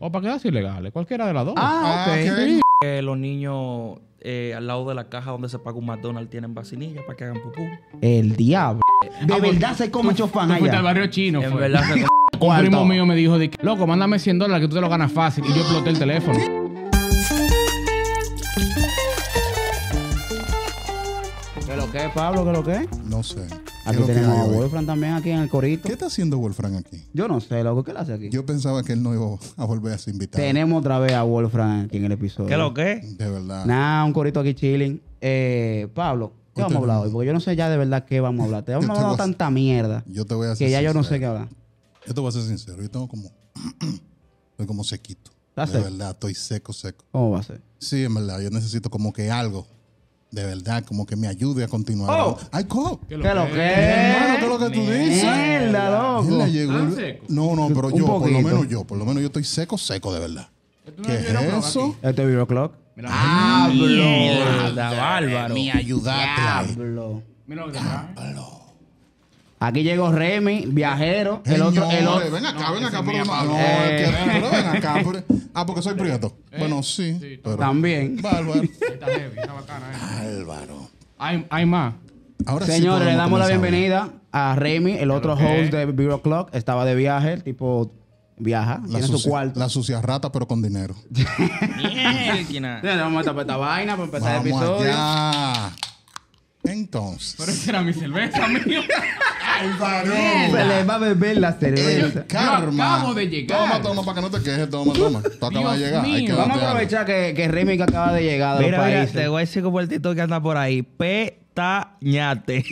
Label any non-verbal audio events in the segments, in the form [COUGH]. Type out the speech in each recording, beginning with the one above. O para quedarse ilegales, cualquiera de las dos. Ah, Ah, ok. ok. Sí. Que los niños eh, al lado de la caja donde se paga un McDonald's tienen vacinilla para que hagan pupú. El diablo. De Ah, pues, verdad se come chofán Tú fuiste al allá. barrio chino, en fue. [LAUGHS] verdad se come Un primo ¿Cuánto? mío me dijo, de que, loco, mándame 100 dólares que tú te lo ganas fácil. Y yo exploté el teléfono. ¿Qué lo que es, Pablo? ¿Qué lo que es? No sé. ¿Qué es Aquí lo que tenemos a hay hoy? Wolfram también aquí en el corito. ¿Qué está haciendo Wolfram aquí? Yo no sé, loco. ¿Qué le hace aquí? Yo pensaba que él no iba a volver a ser invitado. Tenemos otra vez a Wolfram aquí en el episodio. ¿Qué lo que? es? De verdad. Nah, un corito aquí chilling. Eh, Pablo, ¿qué vamos a hablar hoy? Porque yo no sé ya de verdad qué vamos a hablar. Te vamos a te hablar voy a- tanta mierda Yo te voy a ser que ya yo no sé qué sincero. hablar. Yo te voy a ser sincero. Yo tengo como. [CLEARS THROAT] Estoy como sequito. ¿Estás de seco? verdad, estoy seco, seco. ¿Cómo va a ser? Sí, en verdad. Yo necesito como que algo. De verdad, como que me ayude a continuar. Oh. ¡Ay, co! ¿Qué lo que Hermano, ¿qué es? es lo que tú dices? Mierda, Él loco. le llegó el- ¿Tan seco? No, no, pero Un yo, por lo poquito. menos yo, por lo menos yo estoy seco, seco de verdad. ¿Tú no ¿Qué es vieron, bro, eso? aquí? Este video clock. Mira, Ah, Mierda, eh, bárbaro. Mi ayudate. ahí. Diablo. mira lo que está. Aquí llegó Remy, viajero. El otro, el Señores, otro. eh, Ven acá, ven acá, es por mía, no, Pablo. no, Eh. es que- pero ven acá. por- ah, porque soy prieto. Eh, Bueno, sí. pero- También. Bárbaro. Está heavy, está bacana, eh. Bárbaro. Hay, hay más. Ahora sí Señores, le podemos damos la comenzar. bienvenida a Remy, el otro que host de Bureau Clock. Estaba de viaje, el tipo viaja, La tiene su sucia- cuarto. La sucia rata, pero con dinero. Mierda. Ya, le Vamos a tapar esta vaina para empezar Pues, el Vamos episodio. allá. Entonces. Pero esa era mi cerveza, [LAUGHS] mío. ¿Eh? Se le va a beber Eh, la cerveza. El karma. acabo de llegar. Toma, toma, para que no te quejes. Toma, toma. Tú acabas Dios de llegar. Hay mío. que Vamos darte a algo. aprovechar que, que Remy que acaba de llegar de Mira, los mira, países. te voy a decir como el TikTok que anda por ahí. Petañate.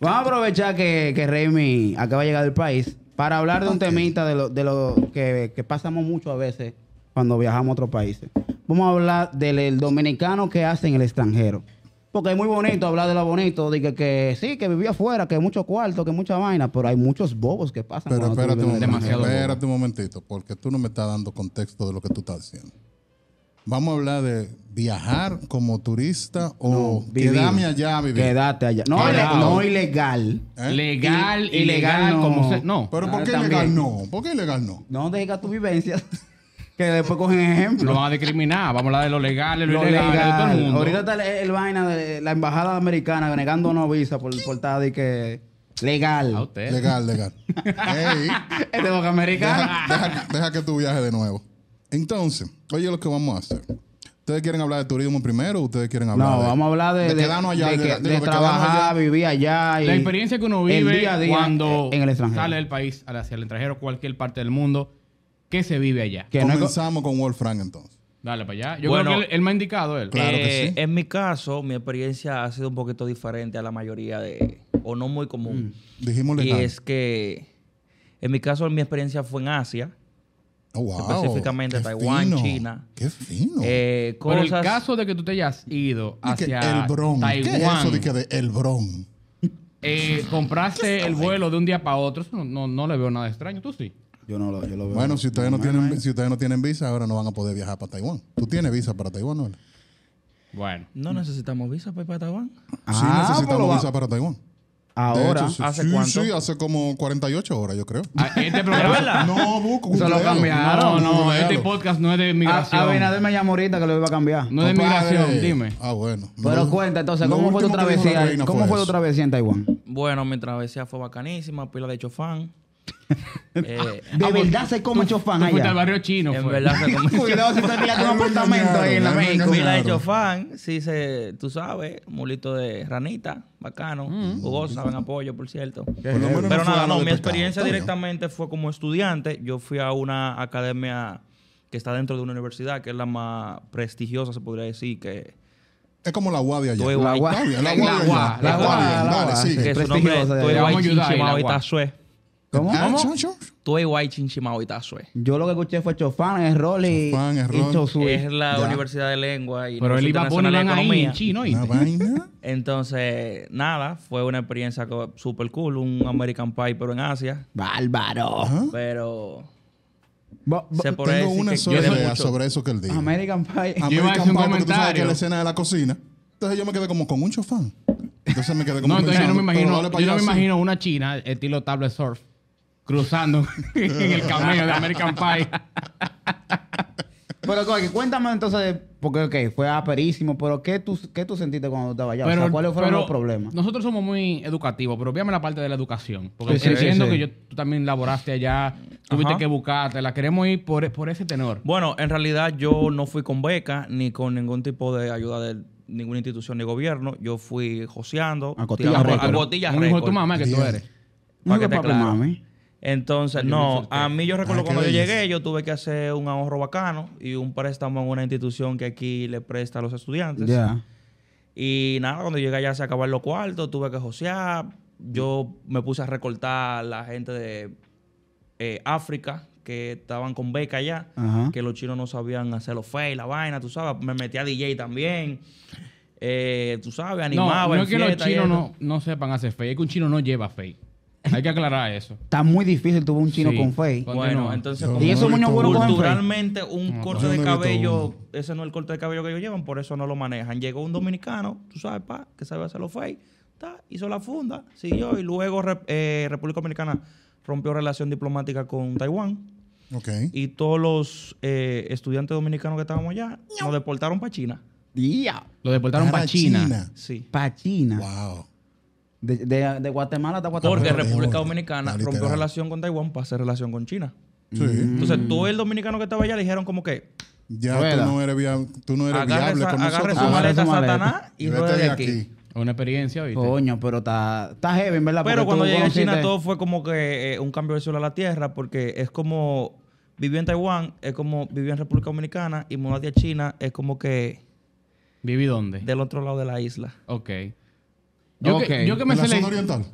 Vamos a aprovechar que, que Remy acaba de llegar del país para hablar de un temita de lo, de lo que, que pasamos mucho a veces cuando viajamos a otros países. Vamos a hablar del el dominicano que hace en el extranjero. Porque es muy bonito hablar de lo bonito, de que, que sí, que vivía afuera, que mucho cuarto, que mucha vaina, pero hay muchos bobos que pasan. cuando Pero tú espérate vives un en el momento. Demasiado Espérate un momentito, porque tú no me estás dando contexto de lo que tú estás diciendo. Vamos a hablar de viajar como turista o No, vivir. quedarme allá a vivir. Quédate allá. No, Quedado. ile- no ilegal. ¿Eh? Legal, Il- ilegal, ilegal, no. como se... No. Pero ¿por Ahora qué Ah, también. ilegal no? ¿Por qué ilegal no? No dejes tus vivencias, [LAUGHS] que después cogen ejemplo. Lo van a discriminar. Vamos a hablar de lo legal, de lo, Lo ilegal, de todo el legal. mundo. Ahorita está el, el vaina de la embajada americana negando no visa por portada de que legal. A usted. [LAUGHS] Legal, legal. Ey, Este boca americana. deja, deja- deja que tú viajes de nuevo. Entonces, oye lo que vamos a hacer. ¿Ustedes quieren hablar de turismo primero o ustedes quieren hablar No, de, vamos a hablar de, de- quedarnos allá? de que- digo, de quedarnos allá? trabajar, vivir allá. y La experiencia que uno el vive día a día cuando en el extranjero. sale del país hacia el extranjero, cualquier parte del mundo, que se vive allá. Que no es co- Comenzamos con Wolfram entonces. Dale para allá. Yo Bueno. creo que él, él me ha indicado él. Claro que Eh, sí. En mi caso, mi experiencia ha sido un poquito diferente a la mayoría de... O no muy común. Mm. Dijimos Y legal. es que... En mi caso, mi experiencia fue en Asia. Oh, wow. específicamente Qué Taiwán, fino. China. Qué fino. Eh, Pero cosas... el caso de que tú te hayas ido Di que hacia el Bron. Taiwán, ¿Qué es eso de que de el Bron? eh, compraste el vuelo de un día para otro, eso no, no, no le veo nada extraño. Tú sí. Yo no lo, yo lo veo. Bueno, si ustedes no normal, tienen si ustedes no tienen visa, ahora no van a poder viajar para Taiwán. ¿Tú tienes visa para Taiwán, Noel? Bueno. No necesitamos visa para ir para Taiwán. sí, Ah, pero necesitamos va- visa para Taiwán. De Ahora. hecho, sí, ¿hace sí, cuánto? sí, hace como 48 horas, yo creo. Ah, Este programa. verdad? No, busco. Se lo googlealo. cambiaron, No, no, googlealo. este podcast no es de A- migración. Ah, Abinader me llamó ahorita que lo iba a cambiar. no es de Compadre. migración, dime. Ah, bueno. pero No, cuenta entonces, lo ¿cómo fue tu último que dijo la travesía? reina ¿Cómo fue tu eso. travesía en Taiwán? Ah, Bueno, mi travesía fue bacanísima, pila de chofán. Eh, De verdad se come chofán Tú fuiste al allá. barrio chino. en Ah, fue. verdad se [LAUGHS] comió Cuidado si tú alquilaste un Ahí lo apartamento ahí en la engañaron, ahí lo México. pila de Claro. chofán. Sí, se, tú sabes, mulito de ranita, bacano. Mm. Jugosa, saben apoyo, por cierto. Por lo menos Pero fue nada, algo no, de mi pecado. experiencia Está bien. directamente fue como estudiante. Yo fui a una academia que está dentro de una universidad, que es la más prestigiosa, se podría decir, que, Es como la UA de allá. Estoy La guá. Está bien, la La UA de guá, allá. la Está guá, bien, la Vale, guá. que sigue. su nombre es prestigiosa de allá. Tuey Vamos a ayudar ahí, Chinchimao la y guá. Tasue. ¿Cómo? Ah, ¿Cómo? chon, chon. Tuey Chinchimao y Tasue. Yo lo que escuché fue Chofán, Errol y, Chofán, Errol. y Chosui. Es la Ya. Universidad de Lengua y Pero él Negocios iba a poner Internacionales de ahí en Economía. chino, Una ¿oíste? vaina. Entonces, nada, fue una experiencia co- super cool, un American Pie, pero en Asia. Bárbaro. Ajá. Pero Bo- bo- se podría Tengo decir una que sola quede idea mucho. sobre eso que él dijo. American Pie. Yo iba a American decir un Pie, porque tú sabes que es comentario. la escena de la cocina. Entonces yo me quedé como con un chofán. Entonces me quedé como No, entonces yo no me pensando, pero imagino, dale para yo no me allá, sí. imagino una china estilo tablet surf. cruzando [LAUGHS] en el cameo de American Pie. Pero coño, cuéntame entonces, de- porque ok, fue aperísimo, pero ¿qué tú, qué tú sentiste cuando tú estabas allá? o sea, ¿cuáles fueron pero los problemas? Nosotros somos muy educativos, pero veamos la parte de la educación. Porque Sí, sí, entiendo sí, sí. que yo, tú también laboraste allá, tuviste Ajá. que buscarte, la queremos ir por, por ese tenor. Bueno, en realidad yo no fui con beca ni con ningún tipo de ayuda de ninguna institución ni gobierno. Yo fui joseando. A cotilla tirando- récord. A cotilla Un hijo de tu récord. mamá que tú Bien. eres. Para Nunca que esté papi, claro. mami. Entonces, no no, solté. a mí yo recuerdo Ah, qué cuando yo belleza. llegué, yo tuve que hacer un ahorro bacano y un préstamo en una institución que aquí le presta a los estudiantes. Ya. Y nada, cuando llegué allá se acabaron los cuartos, tuve que josear. Yo me puse a recortar la gente de eh, África que estaban con beca allá, Ajá. que los chinos no sabían hacer los fe y la vaina, tú sabes. Me metí a DJ también, eh, tú sabes, animaba. No, no en es que los fiesta y chinos eso. no, no sepan hacer fake, es que un chino no lleva fake. Hay que aclarar eso. Está muy difícil, tuvo un chino Sí. con fe. Con- Bueno, Continúa. entonces, Yo como Y eso no he muño visto bueno con fe. culturalmente un corte yo de no he visto cabello, uno. ese no es el corte de cabello que ellos llevan, por eso no lo manejan. Llegó un dominicano, tú sabes, pa, que sabe hacer los fake, ta, hizo la funda, siguió y luego Rep- eh, República Dominicana rompió relación diplomática con Taiwán Ok. y todos los eh, estudiantes dominicanos que estábamos allá nos deportaron para China. Ya. Lo deportaron Cara para China. Sí. Pa' China. Wow. De, de- de Guatemala hasta Guatemala. Porque Pero, República eh, la Dominicana rompió literal. Mm. relación con Taiwán para hacer relación con China. Sí. Mm. Entonces, todo el dominicano que estaba allá le dijeron como que Ya Rueda. tú no eres, via- tú no eres agarre, viable esa- con agarre nosotros. su Agarre compadre. maleta, su maleta. Satanás, y Y vete ruede de de aquí. aquí. Es una experiencia, ¿viste? Coño, pero está, está heavy, en ¿verdad? Pero Porque cuando tú llegué a China conociste- todo fue como que eh, un cambio del cielo a la tierra, porque es como vivir en Taiwán, es como vivir en República Dominicana y mudarte a China es como que ¿Viví dónde? del otro lado de la isla. Ok. Yo, Ok. Que, yo que me ¿En sé la la- [LAUGHS] zona oriental?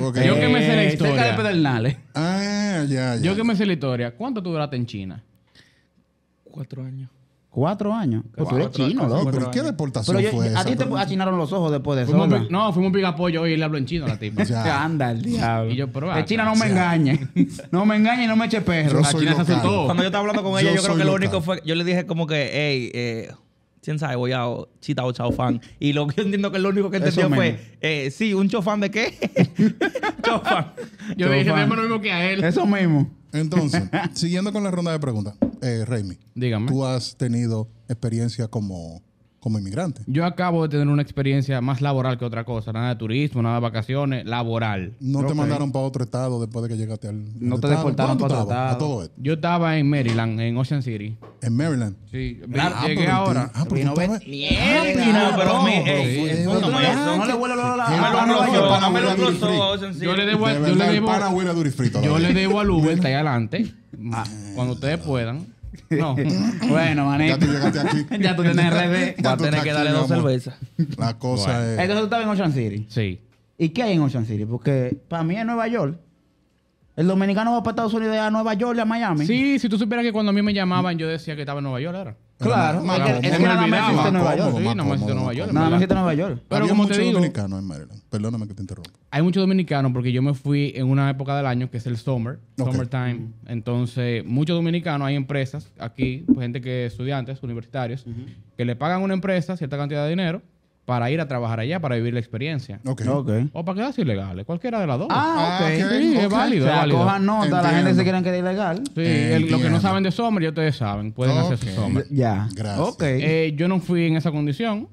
Ok. Yo que me sé la Eh, Cerca de historia. Pedernales. Ah, ya, ya. yo que me sé la historia. ¿Cuánto tú duraste en China? Cuatro años. Cuatro años. Pues tú eres Cuatro- chino, cuatro- loco. Oye, cuatro pero ¿qué años. deportación eh, Pero yo, fue a ti te esa? achinaron los ojos después de eso. Fuimos ¿verdad? pi- no, fuimos pigapollo hoy y le hablo en chino a la [LAUGHS] tipa. Ya. Anda el diablo. Y yo, pero El acá, chino no me ya. engañe. [LAUGHS] No me engañe y no me eche perro. Yo La soy china se local. asustó. Cuando yo estaba hablando con Yo ella, yo, creo soy que lo local. único fue, yo le dije como que, hey, eh, ¿quién sabe? Voy a chita o chao fan. Y lo que yo entiendo que lo único que Eso entendió fue, mismo. eh, sí, un chofán de qué? chofán. Yo le dije, Chofán. demos lo mismo que a él. Eso mismo. [LAUGHS] Entonces, siguiendo con la ronda de preguntas, eh, Raimi, Dígame. tú has tenido experiencia como, como inmigrante. Yo acabo de tener una experiencia más laboral que otra cosa. Nada de turismo, nada de vacaciones, laboral. No te mandaron para otro estado después de que llegaste al. al No te estado. deportaron ¿Dónde pa' tú otro estabas? A estado. todo esto. Yo estaba en Maryland, en Ocean City. En Maryland. Sí, Ah, pero llegué el ahora. tío- Ah, pero tú Vino estabas- No, pero mi- bro, ey, fue- eso fue- no fue- es- fue- No le huele el olor a ¿Qué? la- Ah, a la no, Nueva no, York. no, para no, la no, Nueva no, York. Free. Yo le De debo, yo le verdad, el debo, pana huele a durifrito. yo le debo. debo al Uber, está ahí adelante. Ah, Cuando ustedes puedan. No. Bueno, Ya manito. tú llegaste aquí. Ya tú tienes RD. [LAUGHS] Ya Va a tú tener estás que aquí, darle mi dos amor. cervezas. La cosa Entonces es. tú estabas en Ocean City. Sí. ¿Y qué hay en Ocean City? Porque para mí es Nueva York. El dominicano va para Estados Unidos, a Nueva York, a Miami. Sí, si tú supieras que cuando a mí me llamaban, yo decía que estaba en Nueva York, era. Claro. Más Es que- cómodo, es que nada más más cómodo, existe en Nueva más York. cómodo, Sí, nada más existe en Nueva más York. cómodo. Nada más que está en Nueva York. Pero Había como te muchos digo- dominicanos en Maryland. Perdóname que te interrumpa. Hay muchos dominicanos porque yo me fui en una época del año que es el summer, Ok. Mm. summertime. Entonces, muchos dominicanos, hay empresas aquí, pues, gente que estudiantes, universitarios, que le pagan a una empresa cierta cantidad de dinero para ir a trabajar allá, para vivir la experiencia. Ok. Ah, Ok. O para quedarse ilegales, cualquiera de las dos. Ah, ok. Ah, ok. Ah, sí, es válido, O sea, es válido. cojan nota, la gente Entiendo. se quieren quedar ilegal. Sí, el- lo que Entiendo. no saben de summer, ya ustedes saben, pueden hacer su Ok. summer. Ya. Gracias. Ok. Eh, yo no fui en esa condición.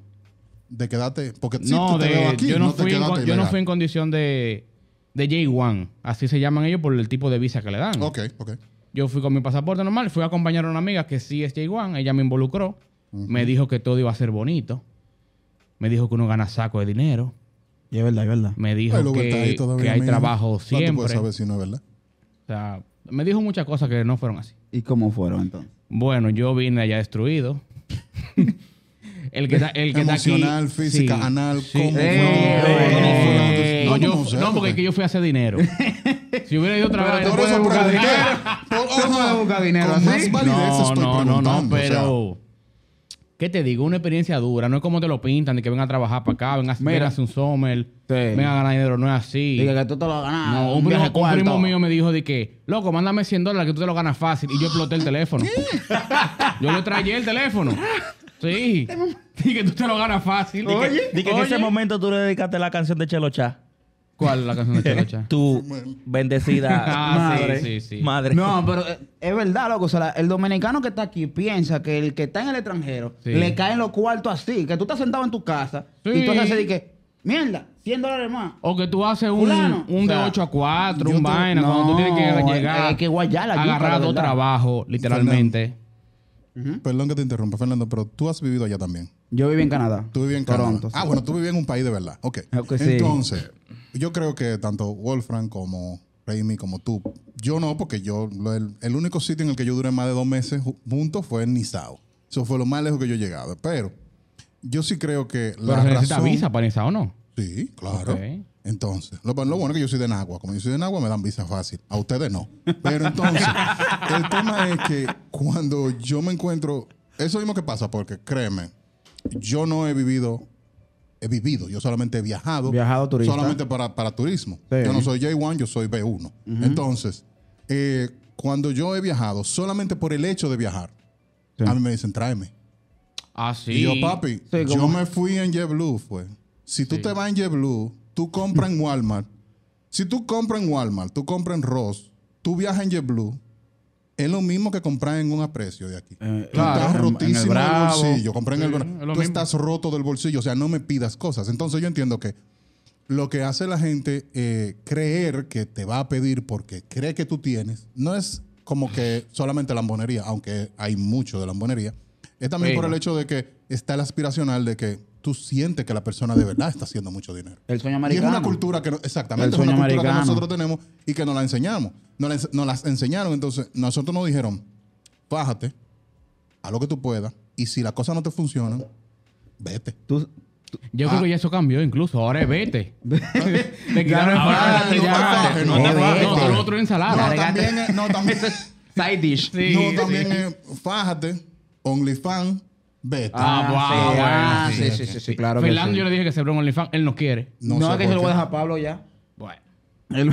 De quedarte. Porque si no, te de- veo aquí, yo no, te fui en, quedaste con- yo no ilegal. fui en condición de, de J1. Así se llaman ellos por el tipo de visa que le dan. Ok, ok. Yo fui con mi pasaporte normal, fui a acompañar a una amiga que sí es J1, ella me involucró, me dijo que todo iba a ser bonito, me dijo que uno gana saco de dinero, Y es verdad, es verdad. me dijo El Uber que, está ahí todavía, que hay mira. trabajo No te siempre. puedes saber si no es verdad. O sea, me dijo muchas cosas que no fueron así. ¿Y cómo fueron entonces? Bueno, yo vine allá destruido. [LAUGHS] el que está, el que está aquí- Emocional, física, sí, anal, sí. ¿cómo? Eh, fue? ¿Cómo fue? Eh, No, ¿Cómo yo- sé? no, porque es que yo fui a hacer dinero. [LAUGHS] si hubiera ido a trabajar... Por puedes eso buscar pregunté. dinero. Por- Tú puedes ajá, buscar dinero Con así. más validez no, no, estoy no, preguntando. no, o sea, pero... ¿Qué te digo? Una experiencia dura. No es como te lo pintan de que ven a trabajar para acá, ven a, Mira. ven a hacer un summer, ven a ganar dinero. No es así. Dije que tú te lo has ganado. No, un, primo, viaje un cuarto. primo mío me dijo de que, loco, mándame 100 dólares que tú te lo ganas fácil. Y yo exploté el teléfono. yo le traje el teléfono. [LAUGHS] Sí. Y que tú te lo ganas fácil. Di que, di que en ese Oye. momento tú le dedicaste la canción de Chelo Chá. ¿Cuál es la canción de Cholocha? Tu bendecida [LAUGHS] Ah, sí, madre. sí, sí. Madre. No, pero eh, es verdad, loco. O sea, la- el dominicano que está aquí piensa que el que está en el extranjero Sí. le caen los cuartos así. Que tú estás sentado en tu casa y tú Sí. haces así de que, mierda, 100 dólares más. O que tú haces un, Fulano. un O sea, de 8 a 4, yo un te- vaina, cuando tú tienes No, que llegar. hay que guayar la yuca, Agarrar de dos verdad. trabajos, literalmente. Perdón que te interrumpa, Fernando, pero tú has vivido allá también. Yo viví en Canadá. Tú vivías en Toronto. Canadá. sí. Ah, bueno, tú vivías en un país de verdad. Ok. Ok, sí. Entonces, yo creo que tanto Wolfram como Raimi como tú, yo no, porque yo, lo- el, el único sitio en el que yo duré más de dos meses ju- juntos fue en Nizao. Eso fue lo más lejos que yo he llegado. Pero yo sí creo que la Pero se necesita razón- visa para esa o no. Sí, claro. Ok. Entonces, lo, lo bueno es que yo soy de Nagua. Como yo soy de Nagua, me dan visa fácil. A ustedes no. [LAUGHS] Pero entonces, el tema es que cuando yo me encuentro... Eso mismo que pasa, porque créeme, yo no he vivido... He vivido, yo solamente he viajado. Viajado turista. Solamente para, para turismo. Sí. Yo no soy J1, yo soy B1. Entonces, eh, cuando yo he viajado, solamente por el hecho de viajar, Sí. a mí me dicen, tráeme. Ah, sí. Y yo, papi, Sí, yo como- me fui en JetBlue, fue. Si tú te vas en JetBlue, tú compras en Walmart. Si tú compras en Walmart, tú compras en Ross, tú viajas en JetBlue, es lo mismo que comprar en un aprecio de aquí. tú Eh, claro, estás en- en el rotísimo del Bravo. bolsillo. Compré en Sí, el Bra- es lo Tú mismo. estás roto del bolsillo. O sea, no me pidas cosas. Entonces yo entiendo que lo que hace la gente eh, creer que te va a pedir porque cree que tú tienes, no es como que solamente lambonería, aunque hay mucho de lambonería. Es también por Bueno. el hecho de que está el aspiracional de que tú sientes que la persona de verdad está haciendo mucho dinero. El sueño Y es americano. una cultura que no- El exactamente es sueño una cultura americano. que nosotros tenemos y que nos la enseñamos. Nos la, ens- nos las enseñaron, entonces nosotros nos dijeron, bájate, haz lo que tú puedas y si las cosas no te funcionan, vete. [LAUGHS] Tú- Yo ah. creo que ya eso cambió incluso. Ahora es [LAUGHS] vete. te quitaron el Ahora frasco, ya. no te fajes, no No, te fajes. no, solo otro Ah, ensalada. no, regate. también, es- [LAUGHS] no, también, Side dish. Sí, no, sí. también es fájate, OnlyFans, vete. Ah, wow, bueno, ah, sí, sí, sí, sí, sí, claro que Fernando, sí. yo le dije que se abrió un OnlyFans. Él no quiere. No, sé es que por se lo qué. voy a dejar a Pablo ya. Bueno. El-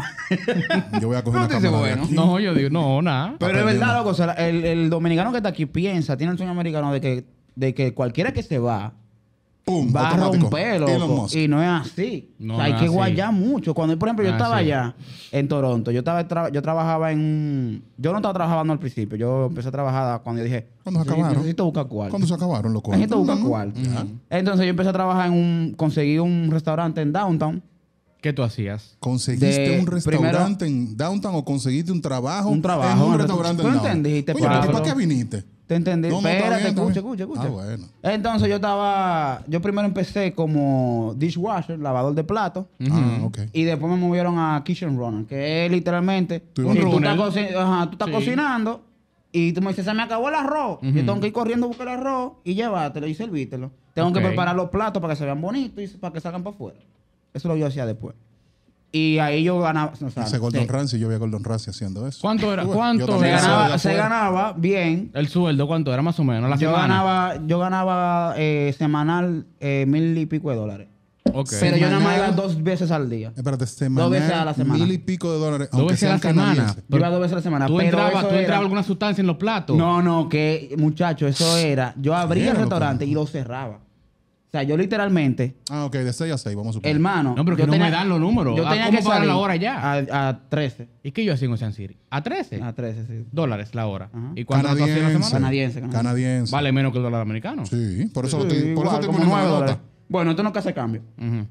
[LAUGHS] Yo voy a coger No una te dice cámara de bueno. aquí. No, yo digo, no, nada. Pero es Aprendiendo. verdad, loco. O sea, el, el dominicano que está aquí piensa, tiene el sueño americano de que, de que cualquiera que se va Pum, va a automático. romper, Elon loco. Musk. Y no es así. No O sea, hay es que así. guayar mucho. Cuando, por ejemplo, yo Ah, estaba sí. allá en Toronto, yo estaba tra- yo trabajaba en. Yo no estaba trabajando al principio. Yo empecé a trabajar cuando yo dije. Cuando se "Sí, acabaron". Necesito buscar cuarto. Cuando se acabaron los cuartos. Necesito buscar Ujú. cuarto. Ya. Entonces yo empecé a trabajar en un. Conseguí un restaurante en downtown. ¿Qué tú hacías? ¿Conseguiste De- un restaurante en downtown o conseguiste un trabajo, Un trabajo en en un el restaurante. restaurante en Tú downtown? entendiste, Oye, ¿pero Pablo. ¿para qué viniste? ¿Te entendí? No, no, está Espérate, bien, está escucha, bien. escucha, escucha. Ah, bueno. Entonces yo estaba. Yo primero empecé como dishwasher, lavador de platos. Ah, ok. Y después me movieron a Kitchen Runner, que es literalmente. Tú, Tú ibas a tú estás, runner. coci- ajá, tú estás Sí. cocinando y tú me dices, se me acabó el arroz. Yo tengo que ir corriendo a buscar el arroz y llevártelo y servírtelo. Tengo Ok. que preparar los platos para que se vean bonitos y para que salgan para afuera. Eso es lo que yo hacía después. Y ahí yo ganaba. o sea, Ese se, Gordon Ramsay, yo vi a Gordon Ramsay haciendo eso. ¿Cuánto era? Tú ves, ¿Cuánto yo también era? soy de ganaba, se afuera. ganaba bien. El sueldo, ¿cuánto era más o menos? La Yo semana? ganaba, yo ganaba eh, semanal eh, mil y pico de dólares. Ok. Pero yo nada más Semanal. iba dos veces al día. Espérate, semanal, veces a la semana. Mil y pico de dólares. Dos aunque veces a la sean semana. canadienses. Yo iba dos veces a la semana. ¿Tú pero entrabas, eso tú entrabas era- alguna sustancia en los platos? No, no, que muchacho, eso era. Yo abría Mierda, el loco. restaurante y lo cerraba. O sea, yo literalmente, Ah, ok, de 6 a 6, vamos a suponer. hermano. No, pero que yo no me dan los números. Yo ¿A tenía cómo que pagan salir la hora ya? A, a 13. ¿Y qué yo hacía en Ocean City? ¿A 13? A 13, sí. dólares la hora. Ah. Ajá. ¿Y cuánto tú hacías la Canadiense. semana? Canadiense, canadiense. Canadiense. Vale menos que el dólar americano. Sí, por eso, lo Sí, estoy, por igual, eso estoy como poniendo nueve la nota. dólares. Bueno, esto nunca se cambia. Ujú.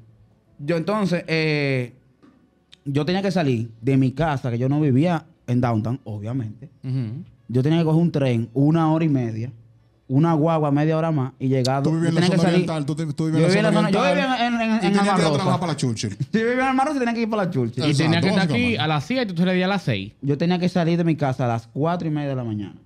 Yo entonces, eh, yo tenía que salir de mi casa, que yo no vivía en downtown, obviamente. Ujú. Yo tenía que coger un tren una hora y media, una guagua media hora más y llegar. Tú vivías en yo la tenía que zona salir- [LAUGHS] oriental. Tú, te- tú vivías Yo en la zona yo oriental. vivía en, en, en, y tenías que ir a Amarrosa. trabajar para la Churchill. Si vivía en Almarosa, tenía que ir para la church. Y Exacto, tenía que estar aquí básicamente. a las 7 y tú salías a las 6. Yo tenía que salir de mi casa a las 4 y media de la mañana.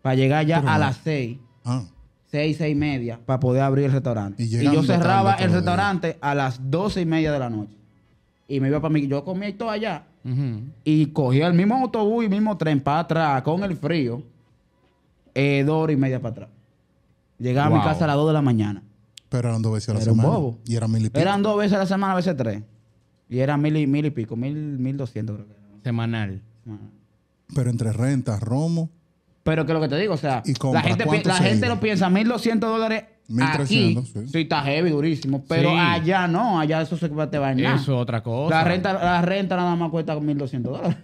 Para llegar ya Pero a no. las 6, Ah, 6, 6 y media, para poder abrir el restaurante. Y Y, llegando yo cerraba tarde el todavía. restaurante a las 12 y media de la noche. Y me iba para mi... Yo comía y todo allá. Ujú. Y cogía el mismo autobús y el mismo tren para atrás, con el frío, eh, dos horas y media para atrás. Llegaba a mi Wow. casa a las 2 de la mañana. pero eran dos veces a la Era un semana. bobo. Y eran mil y pico. Eran dos veces a la semana, a veces tres. Y eran mil y, mil y pico, mil, mil doscientos creo que era. Semanal. Semana. Pero entre rentas, romo. [LAUGHS] Pero que lo que te digo, o sea, Y compra, la gente, pi- ¿cuánto la se gente iba? lo piensa, 1.200 dólares 1300, Aquí, sí. sí, está heavy, durísimo. Pero Sí. allá no, allá eso se va- te va en nada. Eso es otra cosa. La renta, la renta nada más cuesta 1.200 dólares.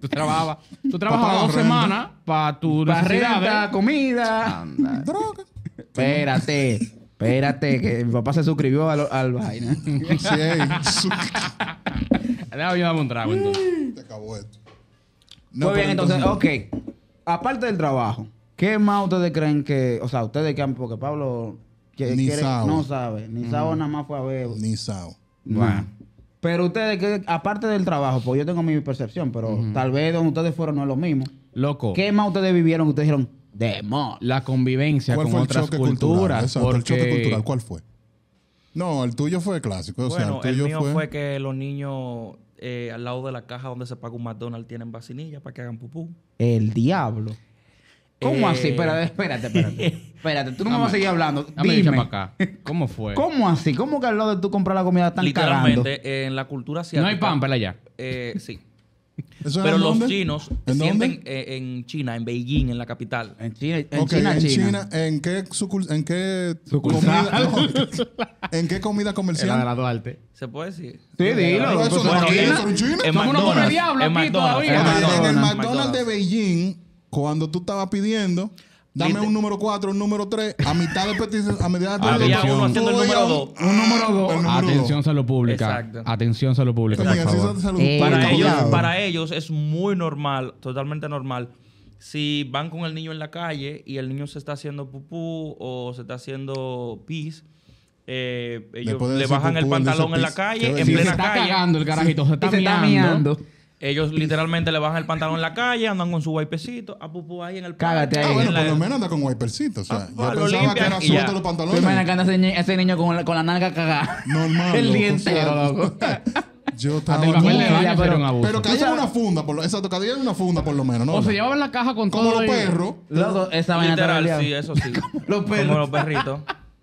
Tú trabajabas, [LAUGHS] tú pagar trabajabas dos renta. semanas para tu La necesidades. renta, comida. Droga. Espérate, espérate, que mi papá se suscribió al, al vaina. Sí, ey. Déjame yo darme un trago entonces. Te acabó esto. Muy bien, pero entonces, ok. Aparte del trabajo, ¿qué más ustedes creen que, o sea, ustedes que han, porque Pablo que- Ni quiere- sabe. no sabe, ni sabe nada más fue a ver. Ni sao. Bueno. Pero ustedes, que, aparte del trabajo, porque yo tengo mi percepción, pero tal vez donde ustedes fueron no es lo mismo. Loco, ¿Qué más ustedes vivieron que ustedes dijeron, demon? la convivencia ¿Cuál con fue el otras choque cultural? culturas. Exacto, el choque porque- cultural, ¿cuál fue? No, el tuyo fue clásico. O sea, bueno, el el tuyo mío fue. fue... que los niños eh, al lado de la caja donde se paga un McDonald's tienen vacinilla para que hagan pupú. El diablo. ¿Cómo Eh. así? Espérate, espérate, espérate. Espérate, tú no me vas a seguir hablando. Dame Dime, para acá. ¿Cómo fue? ¿cómo así? ¿Cómo que al lado de tú comprar la comida están cagando? Literalmente, eh, en la cultura asiática. No hay pan para allá. Eh, [LAUGHS] sí. ¿Eso era Pero en los dónde? chinos ¿En sienten dónde? eh, en China, en Beijing, en la capital. En China, en Ok, China, en China. China, ¿en qué, sucul- en qué Sucursal. [LAUGHS] comida? no, ¿En qué comida En la de comercial? la Duarte. ¿Se puede decir? Sí, Pero dilo. eso no Bueno, es China- eso, en China. Somos En unos McDonald's, pobres diablos en aquí McDonald's, todavía. en Oye, en el McDonald's, McDonald's de Beijing, cuando tú estabas pidiendo, dame Liter- un número 4, un número 3, a mitad de petición, a mitad de Había petición, uno haciendo el tú número veías dos. Un, un número 2. Atención, salud pública. Exacto. Atención, salud pública, por favor. Eh, Para ellos, Claro. para ellos es muy normal, totalmente normal. Si van con el niño en la calle y el niño se está haciendo pupú o se está haciendo pis, eh, ellos pueden le decir bajan el pupú en vez de pantalón en la pis. calle, Qué en Sí, vergüenza. se plena está calle. cagando el carajito, se está, Y se está miando. miando. Ellos literalmente le bajan el pantalón en la calle, andan con su guaypecito, a pupú ahí en el Cágate parque, ahí. Ah, en bueno, la- por lo menos anda con wipercito. O sea, yo Ah, ah, lo pensaba que limpian era y ya. suelto los Tú imaginas que pantalones. anda ese, ni- ese niño con la, con la nalga cagada. [LAUGHS] Normal. El loco, día o sea, entero, [LAUGHS] loco. Yo estaba. Hasta el papel de Mira, baño pero- era un abuso. Pero caía en una funda, por lo, exacto, caía en una funda por lo menos, ¿no? o se llevaban la caja con Como todo. los y- perros. Loco, esa vaina está Literal, raleada. sí, eso [LAUGHS] sí. Los perros. Como los perritos.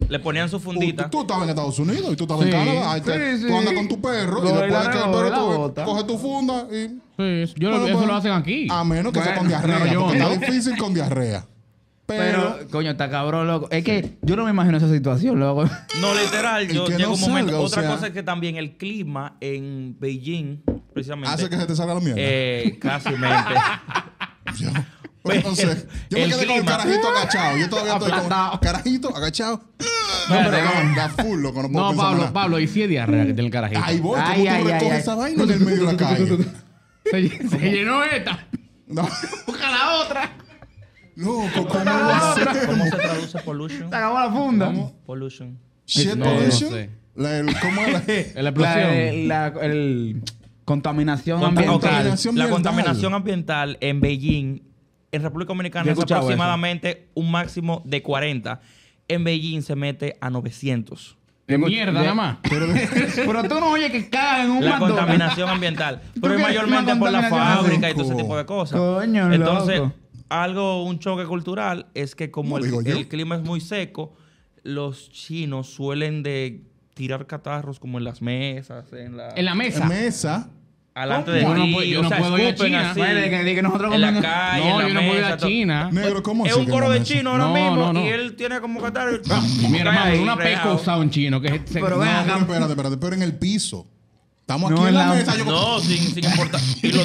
Le ponían su fundita. Tú, tú estabas en Estados Unidos y tú estabas Sí. en Canadá. ahí te- Sí, sí. Tú andas con tu Lo perro y de la después de que el lo de la perro tú, bota. coge tu funda y. Sí, yo lo- Bueno, eso pues, lo hacen aquí. A menos que sea Bueno, con diarrea. pero yo porque no. Está difícil con diarrea. Pero. Pero, coño, está cabrón, loco. Es que yo no me imagino esa situación, loco. [LAUGHS] No, literal, El yo que llega no un momento. salga, o Otra sea- cosa es que también el clima en Beijing, precisamente. Hace que se te salga la mierda. Eh, [LAUGHS] casi mente. Yo, no sé. Yo me el quedé con el clima. carajito agachado. Yo todavía estoy Aplastado. con carajito agachado. No, Espérate, pero ¿cómo? no, da full, loco. No puedo No, pensar Pablo, nada. Pablo, y si es diarrea que tiene el carajito. Ahí voy. ¿Cómo Ay, tú ay, recoges ay, esa ay. vaina en el medio de la calle? Se, [LAUGHS] se llenó esta. No, Busca la otra. loco, ¿cómo lo hacemos? ¿Cómo se traduce pollution? Se acabó la funda. Pollution. Shit No, no pollution. sé. La- el- ¿Cómo era? La explosión. La, eh, la- el- contaminación Conta- ok, ambiental. Contaminación La ambiental. contaminación ambiental en Beijing, en República Yo Dominicana, he es escuchado aproximadamente un máximo de 40. En Beijing se mete a 900. De mierda, nada más. Pero tú no oyes que cagan en un La McDonald's. [LAUGHS] contaminación ambiental. Pero es crees que mayormente una por la contaminación fábrica y loco? todo ese tipo de cosas. Coño, Entonces, loco. algo, un choque cultural es que como No el, digo yo. el clima es muy seco, los chinos suelen de tirar catarros como en las mesas, en la... En la mesa. En mesa. Alante de ¿Cómo? Yo no ti, puedo- yo o no sea, puedo ir a escupen China. así, Bueno, que- que nosotros en la comemos- calle, no, en yo la no puedo ir mesa, a todo. China. Negro, ¿cómo Ah, Es así un que coro en la de mesa? chino ahora No, mismo no, no. y él tiene como catarro. Mi hermano, Cae una regado. peca usada un chino que se- Pero ven No, acá. pero Ah, espérate, espérate. Pero en el piso. Estamos No, aquí en en la, la- mesa. Yo No, sin, sin importar. Y lo-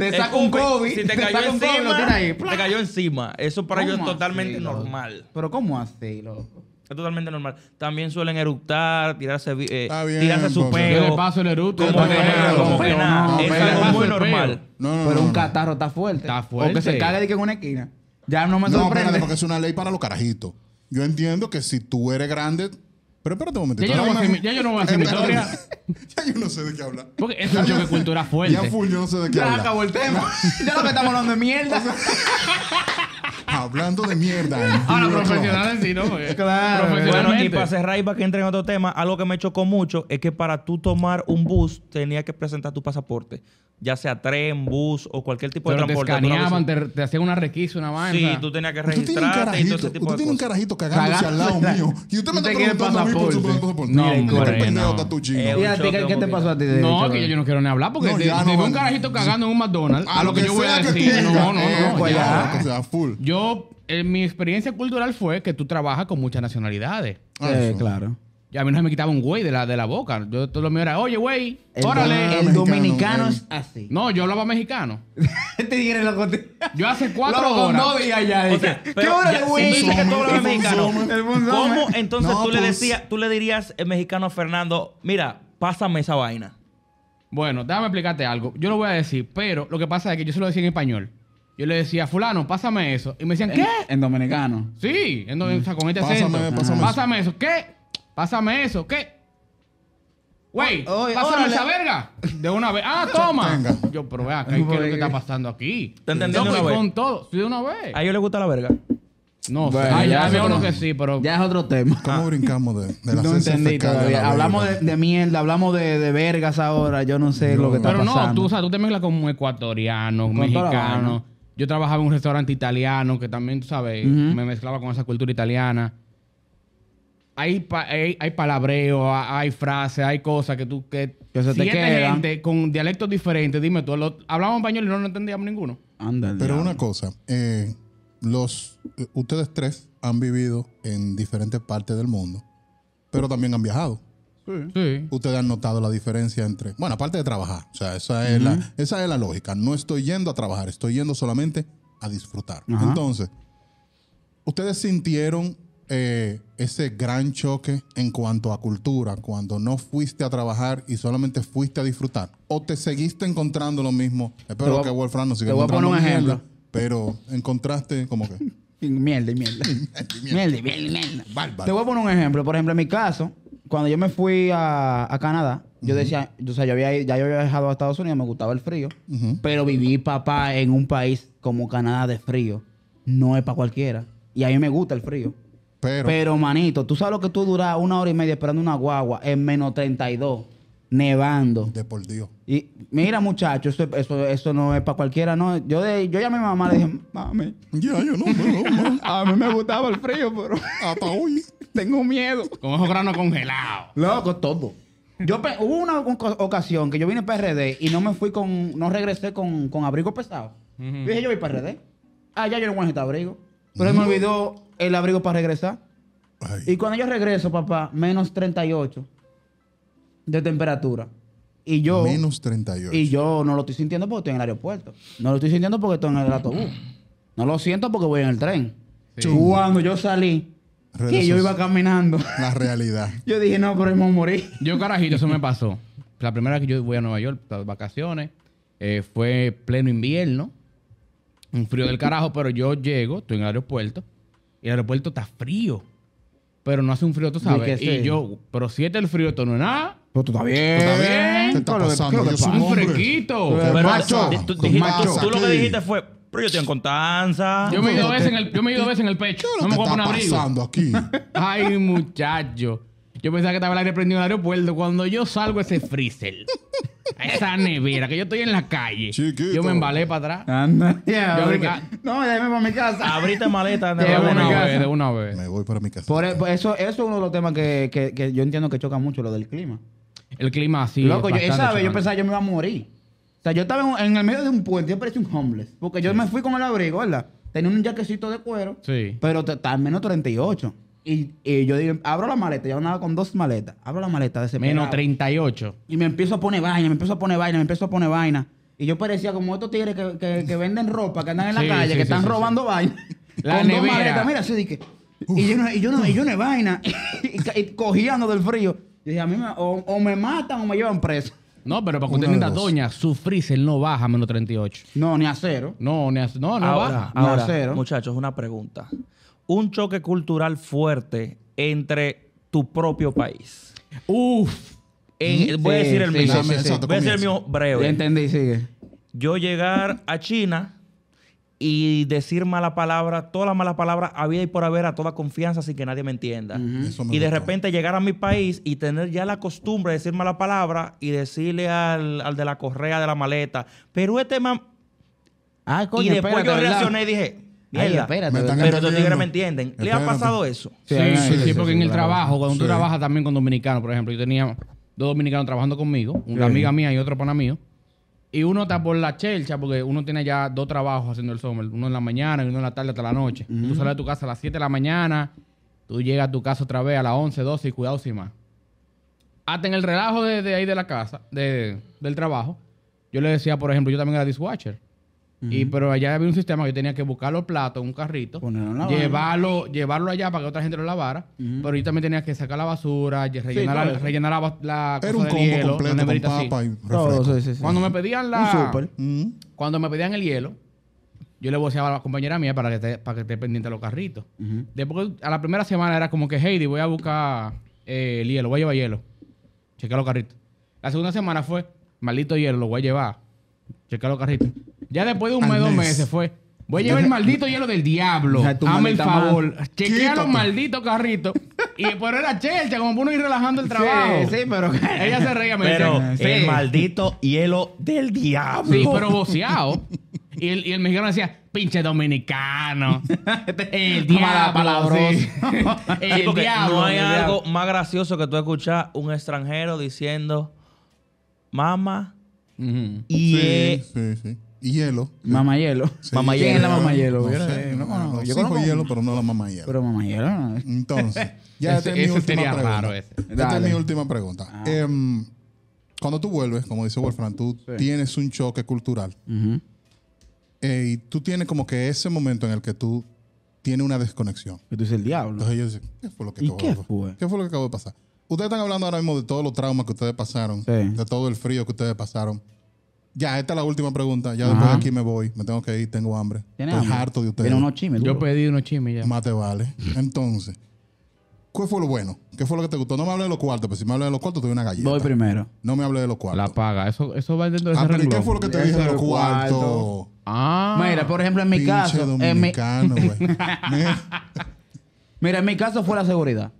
Te saca un escupe, COVID, Si te te cayó saca un COVID, lo encima, tira ahí. te cayó encima. Eso para ellos es ¿Cómo totalmente así, loco? normal. Pero ¿cómo así, loco? Es totalmente normal. También suelen eructar, tirarse, vi- eh, Está bien, tirarse su porque- Yo peo. le paso el eruto. Como Está que bien, nada, pero como que no, nada. no, es pero- algo muy el peo. normal. No, no, no. Pero un no. catarro está fuerte. Está O fuerte. que se cague de que en una esquina. Ya no me No, sorprende. espérate, porque es una ley para los carajitos. Yo entiendo que si tú eres grande. Pero espérate un momentito. Ya yo no voy a hacer mi- Espérate. ya yo no voy a hacer mi historia. [LAUGHS] Ya yo no sé de qué hablar. Porque es un choque cultural fuerte. [LAUGHS] Ya full, yo no sé de qué Ya hablar. acabó el tema. [LAUGHS] ya lo que estamos hablando de mierda. Hablando [LAUGHS] de mierda. en Ahora, Duro profesionales sí, ¿no? Porque- Claro. Bueno, y Profesionalmente. para cerrar y para que entre en otro tema, algo que me chocó mucho es que para tú tomar un bus tenías que presentar tu pasaporte. Ya sea tren, bus o cualquier tipo de Pero te transporte. tú no escaneaban, visas- te, te hacían una requisa, una vaina. Sí, tú tenías que Clock. Tú tienes un registrarte y todo carajito, ese tipo tú de tienes un cosas. carajito cagándose al lado mío. Y usted me está Usted quiere preguntando a mí por su pasaporte. pasaporte. No, Mire, ¿cómo hombre, tan pendejo no. está tu chino? Eh, Y a ti, choque ¿qué, qué te complicado. pasó a ti? de No, hecho, que yo, bro? yo no quiero ni hablar porque No, de- ya si no. veo un carajito cagando en un McDonald's, a Ah, lo que yo voy a sea que decir, tú no, digas, no, eh, no, pues ya. ya, O sea, full. Yo yo, eh, mi experiencia cultural fue que tú trabajas con muchas nacionalidades. Ah, Eh, eso. claro. Y a mí no se me quitaba un güey de la, de la boca. Yo todo lo mío era, oye, güey, El, órale. el Mexicano, dominicano el- es así. No, yo hablaba mexicano. Este tigre lo conté. Yo hace cuatro Loco, horas. no diga ya. dice, ¿Qué hora de güey? güey? Dice que todo El lo mexicano. Fonsomen. El ¿Cómo entonces No, tú, le pues. decías, tú le dirías eh, mexicano a Fernando, mira, pásame esa vaina? Bueno, déjame explicarte algo. Yo lo voy a decir, pero lo que pasa es que yo se lo decía en español. Yo le decía, fulano, pásame eso. Y me decían, ¿qué? En dominicano. Sí, en donde- o sea, con este Pásame, acento. pásame pásame eso. ¿Qué? Pásame eso. ¿Qué? Güey, Oh, O- oye, pásame órale. esa verga. De una vez. Ah, toma. Tenga. Yo, pero vea, ¿qué, qué es lo que está pasando aquí? ¿Te entendí Loco, de una y vez? con todo. Sí, de una vez. A ellos les gusta la verga. no, sé. Bueno, Ay, ya ya eso veo uno no. que sí, pero... Ya es otro tema. ¿Cómo Ah. brincamos de, de la No esencia entendí fecal a la todavía. verga? Hablamos de, de mierda, hablamos de, de vergas ahora. Yo no sé lo que está Pero no, pasando. tú, o sea, tú te mezclas con ecuatorianos, Con toda la mexicanos. vaina. Yo trabajaba en un restaurante italiano que también, tú sabes, me mezclaba con esa cultura italiana. Hay, pa- hay, hay palabreo, ha- hay frases, hay cosas que tú... Que, Que se te siete quedan. gente con dialectos diferentes, dime tú, lo- hablábamos español y no lo entendíamos ninguno. Ándale. Pero una cosa, eh, los eh, ustedes tres han vivido en diferentes partes del mundo, pero también han viajado. Sí. Ustedes han notado la diferencia entre, bueno, aparte de trabajar, o sea, esa es, la, esa es la lógica. No estoy yendo a trabajar, estoy yendo solamente a disfrutar. Ajá. Entonces, ustedes sintieron eh, ese gran choque en cuanto a cultura, cuando no fuiste a trabajar y solamente fuiste a disfrutar, o te seguiste encontrando lo mismo. Espero voy a- que Wolfram no siga te voy a poner encontrando un mierda, ejemplo. pero encontraste [LAUGHS] como que Y Mierda, [LAUGHS] y mierda. mierda, y mierda, y mierda. bárbaro. Te voy a poner un ejemplo. Por ejemplo, en mi caso, cuando yo me fui a, a Canadá, yo decía, yo- o sea, yo había, ya yo había viajado a Estados Unidos, me gustaba el frío, pero vivir, papá, en un país como Canadá de frío, no es para cualquiera. Y a mí me gusta el frío. Pero, Pero, manito, tú sabes lo que tú duras una hora y media esperando una guagua en menos 32, nevando. de por Dios. Y mira, muchacho, eso, eso, eso no es para cualquiera, no. Yo, de, yo llamé a mi mamá y le dije, mami, Ya, yo no, no, no, a mí me gustaba el frío, pero [LAUGHS] hasta hoy. tengo miedo. Con esos granos congelados. Loco, todo. Yo pe- hubo una oca- ocasión que yo vine PRD y no me fui con, no regresé con, con abrigo pesado. Dije, yo voy PRD. Ah, ya yo no voy a necesitar abrigo. Pero me olvidó el abrigo para regresar. Ay. Y cuando yo regreso, papá, menos 38 de temperatura. Y yo, Menos 38. y yo no lo estoy sintiendo porque estoy en el aeropuerto. No lo estoy sintiendo porque estoy en el autobús. No lo siento porque voy en el tren. Cuando yo salí, Redes que yo sociales. iba caminando, [LAUGHS] La realidad. yo dije, no, pero hemos morir. Yo, carajito, eso me pasó. La primera vez que yo voy a Nueva York, las vacaciones, eh, fue pleno invierno, un frío del carajo, pero yo llego, estoy en el aeropuerto, y el aeropuerto está frío, pero no hace un frío, tú sabes. que Y sí. yo, pero si este es el frío, esto no es nada. Pero tú estás bien. ¿Está bien? ¿Qué está Eh, Pero, pasando? ¿qué Yo soy pasa? un Un hombre. fresquito. Pero- macho, tú, con dijiste- macho tú- tú lo que aquí. dijiste fue, pero yo estoy en Constanza. Yo me he ido ¿Qué veces te- en el, yo me he ido veces en el pecho. ¿Qué No es me lo voy que a poner abrigo. está pasando aquí? Ay, muchacho. Yo pensaba que estaba el aire prendido en el aeropuerto. Cuando yo salgo a ese freezer, a esa nevera, que yo estoy en la calle, Chiquito. yo me embalé para atrás. Anda. Ya, Yo hombre, brinca- que- No, déjame para mi casa. Abrite maleta. anda, De anda, una anda. vez, de una vez. Me voy para mi casa. Por e- por eso, eso es uno de los temas que, que- que yo entiendo que choca mucho, lo del clima. El clima así. Loco, es yo, bastante esa vez yo chocante. pensaba que yo me iba a morir. O sea, yo estaba en, un- en el medio de un puente, yo parecía un homeless. Porque yo me fui con el abrigo, ¿verdad? Tenía un jaquecito de cuero, Sí. pero te- está al menos 38. Y, y yo digo, abro la maleta, yo andaba con dos maletas. Abro la maleta de ese Menos 38. Y me empiezo a poner vaina, me empiezo a poner vaina, me empiezo a poner vaina. Y yo parecía como estos tigres que, que- que venden ropa, que andan en la Sí, calle, sí, que sí, están sí, robando vaina. La con nevera. dos maletas, mira, así de que. Y yo, no, y yo no, y yo no es vaina. [LAUGHS] y, ca- y cojeando del frío. Y dije, a mí me- o, o me matan o me llevan preso. No, pero para que usted Una de entienda, dos. doña, su freezer no baja a menos 38. No, ni a cero. No, ni a- no, no Ahora, baja. No, ahora, cero. muchachos, una pregunta. Un choque cultural fuerte entre tu propio país. Uf. En- voy a Sí, decir el sí, mismo. sí, sí. Voy a decir el mío Ya breve. entendí, sigue. Yo llegar a China y decir mala palabra, todas las malas palabras había y por haber a toda confianza sin que nadie me entienda. Eso me y de gustó. repente llegar a mi país y tener ya la costumbre de decir mala palabra y decirle al, al de la correa de la maleta, pero este man... Ay, coño, y después espérate, yo ¿verdad? reaccioné y dije, Ay, mierda, espérate, Me están ¿verdad? pero los tigres entendiendo. me entienden. ¿Le ha Espérate. pasado eso? Sí, Sí, sí, sí, sí, sí, porque en el claro. trabajo, cuando tú Sí. trabajas también con dominicanos, por ejemplo, yo tenía dos dominicanos trabajando conmigo, una Sí. amiga mía y otro pana mío. Y uno está por la chelcha porque uno tiene ya dos trabajos haciendo el summer. Uno en la mañana y uno en la tarde hasta la noche. Tú sales de tu casa a las 7 de la mañana. Tú llegas a tu casa otra vez a las 11, 12 y cuidado sin más. Hasta en el relajo de, de ahí de la casa, de, del trabajo, yo le decía, por ejemplo, yo también era dishwasher. y, pero allá había un sistema que yo tenía que buscar los platos en un carrito, Ponerlo en la vaina. llevarlo, llevarlo allá para que otra gente lo lavara. Pero yo también tenía que sacar la basura, y rellenar, claro. la, rellenar la bas- la Era cosa un de combo hielo, una completo con neverita así. papa y Todo, refresco. sí, sí, sí. Cuando me pedían la. Un súper. Mm. Cuando me pedían el hielo, yo le voceaba a la compañera mía para que esté, para que esté pendiente de los carritos. Después, a la primera semana era como que, Heidi, voy a buscar eh, el hielo, voy a llevar hielo. Chequea los carritos. La segunda semana fue, maldito hielo, lo voy a llevar. Chequea los carritos. Ya después de un Al mes, dos mes. meses fue. Voy a llevar el maldito hielo del diablo. Deja tu Hazme el maldita mano. favor. Chequea los Quítate. malditos carritos. Y pero era chelcha, como para uno ir relajando el trabajo. Sí, sí, [LAUGHS] pero. Ella se reía, me Pero decía, el "Sí". maldito hielo del diablo. Sí, pero boceado. Y el, y el mexicano decía, pinche dominicano. El diablo. Malapalabroso. sí. [LAUGHS] Sí, El porque diablo. no hay el diablo. algo más gracioso que tú escuchar un extranjero diciendo mamá Ujú. y Sí, sí, sí. Y hielo. Mamá hielo. Mamá ¿Quién hielo. es la mamá hielo? No, Yo- sé, no, no, yo sí fue conozco- hielo, pero no la mamá hielo. Pero mamá hielo. no. [LAUGHS] Entonces, ya Ese- esta es ese mi última sería pregunta. raro ese. Esta es Dale. Ah. mi última pregunta. Em, cuando tú vuelves, como dice Wolfram, tú tienes un choque cultural. Eh, y tú tienes como que ese momento en el que tú tienes una desconexión. Que tú dices el diablo. Entonces ellos dicen, ¿qué fue lo que ¿Y acabó qué de pasar? fue? ¿Qué fue lo que acabó de pasar? Ustedes están hablando ahora mismo de todos los traumas que ustedes pasaron, Sí. de todo el frío que ustedes pasaron. Ya, esta es la última pregunta. Ya después de aquí me voy. Me tengo que ir, tengo hambre. Estoy ¿Tienes hambre? harto de ustedes. Tiene unos chimes. Yo duro. pedí unos chimes ya. Más te vale. Entonces, ¿qué fue lo bueno? ¿Qué fue lo que te gustó? No me hables de los cuartos, pero si me hablas de los cuartos, te doy una galleta. Voy primero. No me hables de los La cuartos. paga. Eso, eso va dentro de Ah, ese pero ¿y ¿Qué renglón. fue lo que te Eso dije de del los cuartos? cuarto. Ah. Mira, por ejemplo, en mi Pinche caso. en mi- [LAUGHS] dominicano, güey. Mira, Mira, en mi caso fue la seguridad.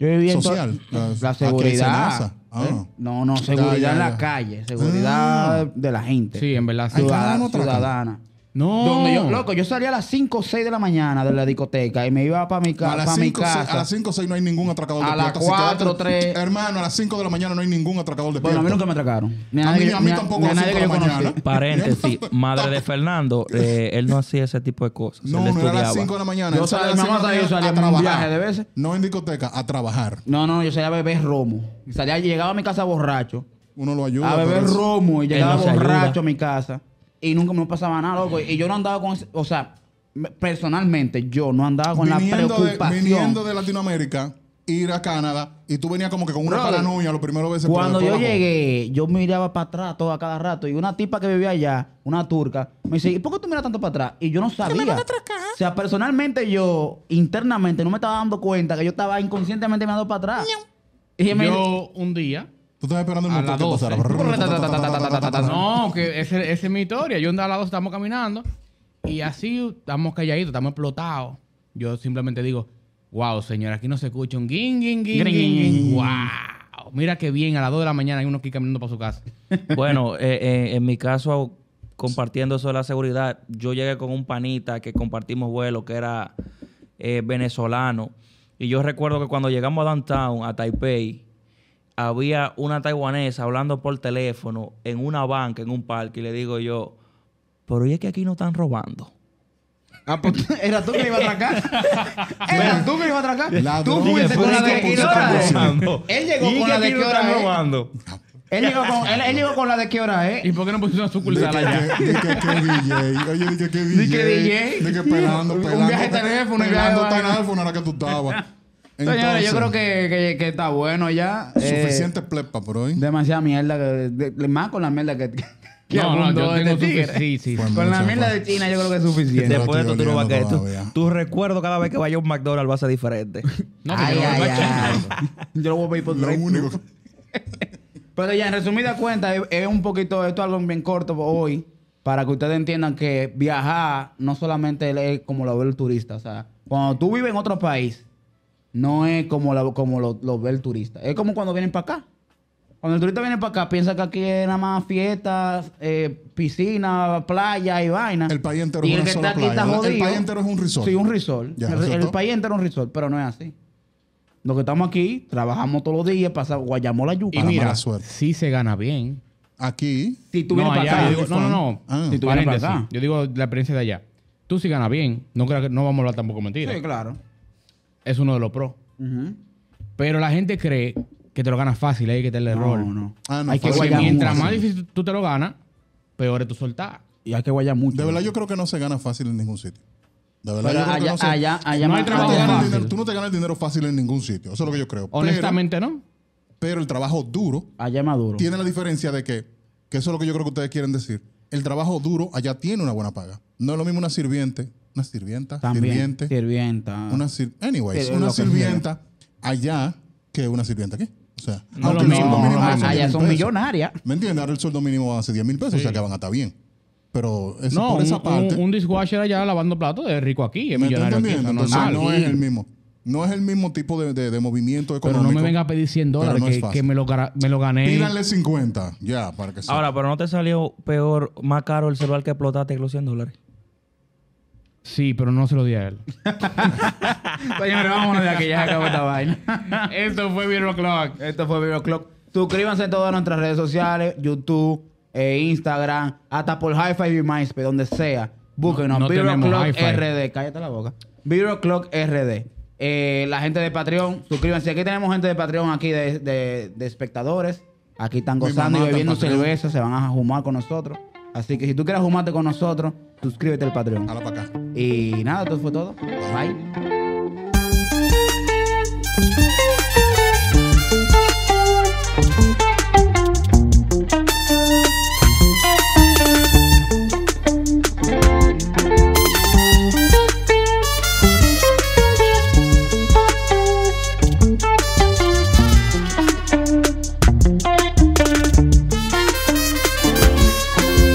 Yo vivía en to- Social. La, ¿A qué? seguridad. ¿Senasa? Ah. ¿Eh? No, no, seguridad Ya, ya, en ya. la calle, seguridad de la gente. Sí, en verdad. sí. Ay, cada Ciudadana. uno atraca. ciudadana. No. Donde yo, loco, yo salía a las 5 o 6 de la mañana de la discoteca y me iba para mi, a ca- las pa' mi 5 casa. a las 5 6 no hay ningún atracador A de las plata. Si quedaste- cuatro, tres. [LAUGHS] Hermano, a las 5 de la mañana no hay ningún atracador de Bueno, a mí plata. nunca me atracaron. Ni A mí- nadie- a mí ni tampoco ni a las nadie cinco que de yo la conocí. mañana. paréntesis, madre de Fernando, eh, él no hacía ese tipo de cosas. No, él no era a las estudiaba. 5 de la mañana. Yo Él salía a salí- las mi mamá cinco de la salía- mañana salía en a un trabajar. viaje de veces. No en discoteca, a trabajar. No, no, yo salía a beber romo. Y Salía, llegaba a mi casa borracho. Uno lo ayuda. a beber pero es- romo y Él llegaba no se ayuda. borracho a mi casa y nunca me pasaba nada, loco. Y yo no andaba con, ese- o sea, me- personalmente yo no andaba con la viniendo, de, preocupación. viniendo de Latinoamérica, ir a Canadá y tú venías como que con una Brother, paranoia los primeros veces. pero Cuando yo después bajó. llegué, yo miraba para atrás todo a cada rato y una tipa que vivía allá, una turca, me dice, ¿y por qué tú miras tanto para atrás? Y yo no sabía. O sea, personalmente yo, internamente, no me estaba dando cuenta que yo estaba inconscientemente mirando para atrás. Y me- Yo un día. Tú estás esperando el A motor las que 12. pasara. No, que ese- esa es mi historia. Yo andaba a las 12, estamos caminando y así estamos calladitos, estamos explotados. Yo simplemente digo, wow, señor, aquí no se escucha un guin, guin, guin, Grin, guin, guin, guin. Wow. Mira qué bien, a las 2 de la mañana hay uno aquí caminando para su casa. Bueno, [LAUGHS] eh, eh, en mi caso, compartiendo eso de la seguridad, yo llegué con un panita que compartimos vuelo, que era eh, venezolano. Y yo recuerdo que cuando llegamos a Downtown, a Taipei, había una taiwanesa hablando por teléfono en una banca, en un parque, y le digo yo, pero ¿y es que aquí no están robando? Ah, pues, era tú que le iba a [LAUGHS] atracar. era tú que le iba a atracar. Ladrón. tú fuiste con la de Dije, que ¿por qué hora es? están abusando? Él llegó ¿Y es con que la aquí de no qué hora están es? robando? Él llegó con, él, él llegó con la de qué hora es. ¿Y por qué no pusiste una sucursal allá? Dije que qué DJ. Oye, dije que DJ. Di que DJ. Dije pelando, pelando. Un viaje de teléfono, un viaje de Pelando vaina. teléfono era que tú estabas. [LAUGHS] Señores, yo Entonces, creo que, que- que está bueno ya. Eh, Suficiente plepa por hoy. demasiada mierda. Que, de- más con la mierda que. que No, no, abundó yo este tengo tigre. suficiente. Sí, sí. sí. Bueno. Con la Mucho, mierda pues. de China, yo creo que es suficiente. Yo no Después de estoy Pues, esto, tú no vas a caer. oliendo Tú, todavía. tú recuerdo cada vez que vayas a un McDonald's vas a ser diferente. No, que ay, yo no ay, voy a ay. [LAUGHS] Yo lo voy a pedir por Lo drive-thru. único que- Pero ya, en resumida cuenta, es, es un poquito, esto es algo bien corto por hoy, para que ustedes entiendan que viajar no solamente es como lo ve el turista. O sea, cuando tú vives en otro país, no es como, la- como lo, lo ve el turista. Es como cuando vienen para acá. Cuando el turista viene para acá, piensa que aquí es nada más fiestas, eh, piscina, playa y vaina. El país entero Y es el una que sola está aquí playa. está El jodido. país entero es un resort. Sí, un resort. Ya, el, eso es el todo. país entero es un resort, pero no es así. Lo que estamos aquí, trabajamos todos los días, pasamos, guayamos la yuca. Y Para mira, mala suerte. sí se gana bien. Aquí. Si tú no, vienes allá, para acá. yo digo- no, no, no. Ah. Si tú vienes para Paréntesis. acá. Yo digo la experiencia de allá. Tú si ganas bien, no, creo que, no vamos a hablar tampoco mentira. Sí, claro. Es uno de los pros. Ujú. Pero la gente cree que te lo ganas fácil, ahí que te el error. No, no. Ah, no, Hay que fácil, porque guayar mientras mucho. más difícil tú te lo ganas, peor es tu soltar. Y hay que guayar mucho. De verdad, yo creo que no se gana fácil en ningún sitio. De verdad, Pero yo creo que allá, no se. allá, allá No hay más- tú, no trabajo te allá ganas más. fácil. el dinero, tú no te ganas el dinero fácil en ningún sitio. Eso es lo que yo creo. Pero- Honestamente, ¿no? Pero, el trabajo duro Allá es más duro. tiene la diferencia de que, que eso es lo que yo creo que ustedes quieren decir. El trabajo duro allá tiene una buena paga. No es lo mismo una sirviente, una sirvienta, También. sirviente, Sirvienta. una sir- anyways, Sí, es una lo que sirvienta allá que una sirvienta aquí. O sea, No aunque lo el mismo, sueldo no mínimo lo va a mismo. ser allá 10.000 son pesos. millonarias. ¿Me entiendes? Ahora el sueldo mínimo va a ser 10 mil pesos, o sea que van a estar bien. Pero eso, No, por un, esa parte. un- un dishwasher allá lavando platos es rico aquí, es ¿Me estás millonario aquí. entendiendo? eso es Entonces normal. no es el mismo. No es el mismo tipo de, de- de movimiento Pero económico. no me venga a pedir 100 dólares Pero no es que, fácil. que me, lo, gara- me lo gané. Pídanle 50, ya, para que sea. Ahora, pero ¿no te salió peor, más caro el celular que explotaste que los 100 dólares? Sí, pero no se lo di a él. Señores, vámonos de aquí, ya se acabó esta vaina. Esto fue Vero Clock. Esto fue Video Club. Suscríbanse en todas nuestras redes sociales, YouTube, eh, Instagram, hasta por Hi-Fi y MySpace, donde sea. Búsquenos. No Video tenemos Clock Hi-Fi. RD. Cállate la boca. Video Clock RD. Eh, la gente de Patreon, suscríbanse. Aquí tenemos gente de Patreon aquí de, de- de espectadores. Aquí están Mi gozando y mamá está en bebiendo Patreon. cerveza. Se van a jumar con nosotros. Así que si Ah. tú quieres jumarte con nosotros, suscríbete al Patreon. Hala para acá. Y nada, esto fue todo. Bye.